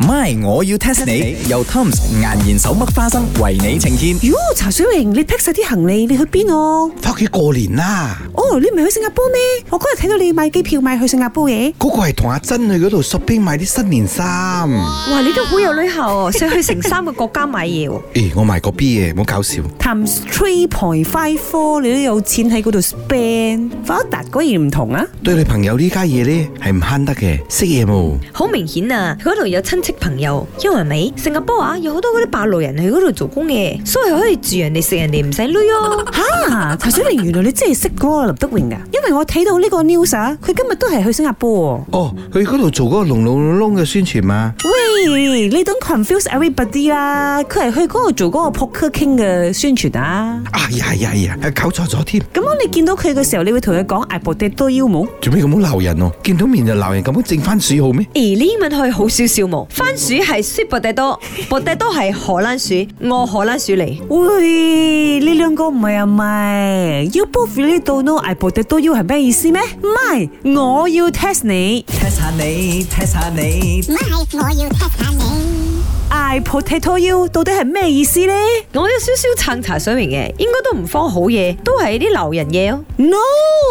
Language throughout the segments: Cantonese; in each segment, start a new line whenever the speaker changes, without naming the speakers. My，我要 test 你。由 Tom's 岩鹽手剝花生為你呈現。
喲，茶水榮，你 pack 晒啲行李，你去邊哦？
翻屋企過年啦，
哦，你唔係去新加坡咩？我嗰日睇到你買機票買去新加坡嘅。
嗰、個係同阿珍去嗰度 shopping 買啲新年衫。
哇！你都好有旅行 哦，想去成三個國家買嘢喎。
咦、我賣個 B 嘅，唔好搞笑。
Times three point five four，你都有錢喺嗰度 spend。發達果然唔同啊！
對你朋友呢家嘢呢，係唔慳得嘅，識嘢冇？
好明顯啊，佢嗰度有親戚朋友，因為咪新加坡啊，有好多嗰啲白路人去嗰度做工嘅，所以可以住人哋食人哋唔使累哦。
嚇，啊茶水榮，原來你真係識嗰個林德榮㗎，因為我睇到呢個 news 啊，佢今日都係去新加坡喎。
哦，去嗰度做嗰個龍龍窿嘅宣傳嘛。
喂，你 don't confuse everybody 啦，佢係去嗰度做嗰個 Poker King 嘅宣傳啊。
哎呀哎呀哎呀，搞錯咗添，
咁我你見到佢嘅時候，你會同佢講 I bought that 都要冇？
做咩咁好鬧人哦、見到面就鬧人，咁樣正番薯好咩？
咦，呢英文可以好少少冇？番薯係 sweet potato，potato 係荷蘭薯，我荷蘭薯嚟。
喂，呢兩個唔係啊，唔係，You both really don't know I bought that 都要係咩意思咩？唔係，我要 test 你
test 下你，test 下你。
咪，我要 test 下你。
，I potato you 到底係咩意思呢
我有少少撐茶水明嘅，應該都唔方好嘢，都係啲流人嘢哦。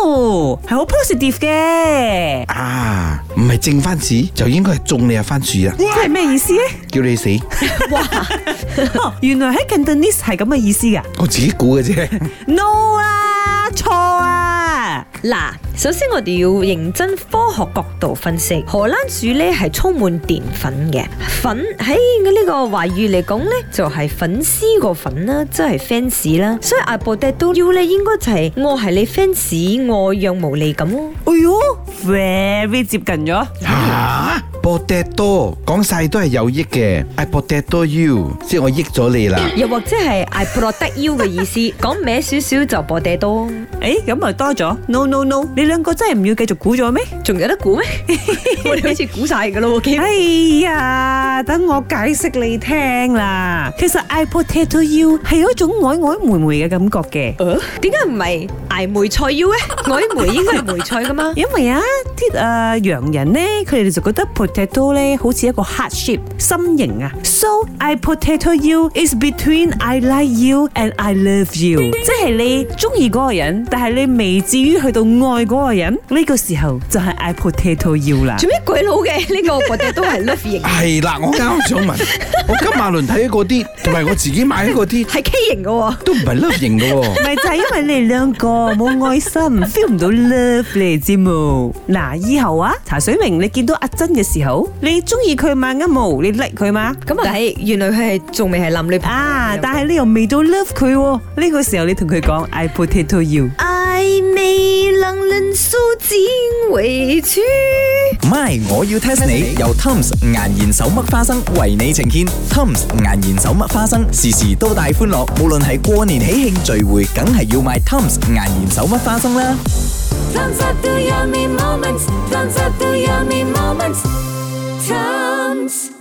No，係好 positive 嘅，
啊，唔係正番薯，就應該係中你啊番薯啊，
即係咩意思呢？
叫你死，
哇！
哦，原來喺 Cantonese 係咁嘅意思噶
我自己估嘅啫。
？No 啦，錯啊！
嗱，首先我哋要認真科學角度分析，荷蘭薯咧係充滿澱粉嘅，粉喺呢個華語嚟講咧就係、粉絲個粉啦，即係 fans 啦，所以阿布迪都要咧應該就係我係你 fans，我仰慕你咁咯。
哎喲，very 接近咗。
吓，potato 講晒都係有益嘅，I potato you，即係我益咗你啦。
又或者係 I protect you 嘅意思，講歪少少就博嗲多，
誒，咁咪多咗？No no no，你兩個真係唔要繼續估咗咩？
仲有得估咩？我哋好似估晒 㗎咯喎，基本
哎呀，等我解釋你聽啦。其實 I potato you 係有一種曖曖昧昧嘅感覺嘅，
點解唔係捱梅菜腰咧？曖梅應該係梅菜㗎嘛？
因為啊啲誒、呃洋人咧，佢哋就覺得 potato 咧好似一個 heart shape 心形啊。So à. I potato you is between I like you and I love you，即係你中意嗰個人，但係你未至於去到愛嗰個人，呢、個時候就係 I potato you 啦。
做咩鬼佬嘅呢個我哋都係 love 型，
係啦，我啱想問，我金馬倫睇嗰啲，同埋我自己買嗰啲，
係 K 型嘅喎。
都唔係 love 型嘅喎。
咪就係因為你哋兩個冇愛心，feel 唔到 love 你哋知冇？嗱，以後啊，茶水明，你見到阿珍嘅時候，你中意佢嘛？啱冇？你 like 佢嘛？
咁啊，但係原來佢係仲未係男女朋友
啊，但係你又未到 love 佢喎，呢個時候你同佢講 I potato you。
愛未能忍受，只委屈。
My，我要 test 你。由 Tom's 岩鹽手剝花生為你呈現。Tom's 岩鹽手剝花生，時時都帶歡樂。無論係過年喜慶聚會，梗係要買 Tom's 岩鹽手剝花生啦。
Thumbs up to yummy moments. Thumbs up to yummy moments. Thumbs.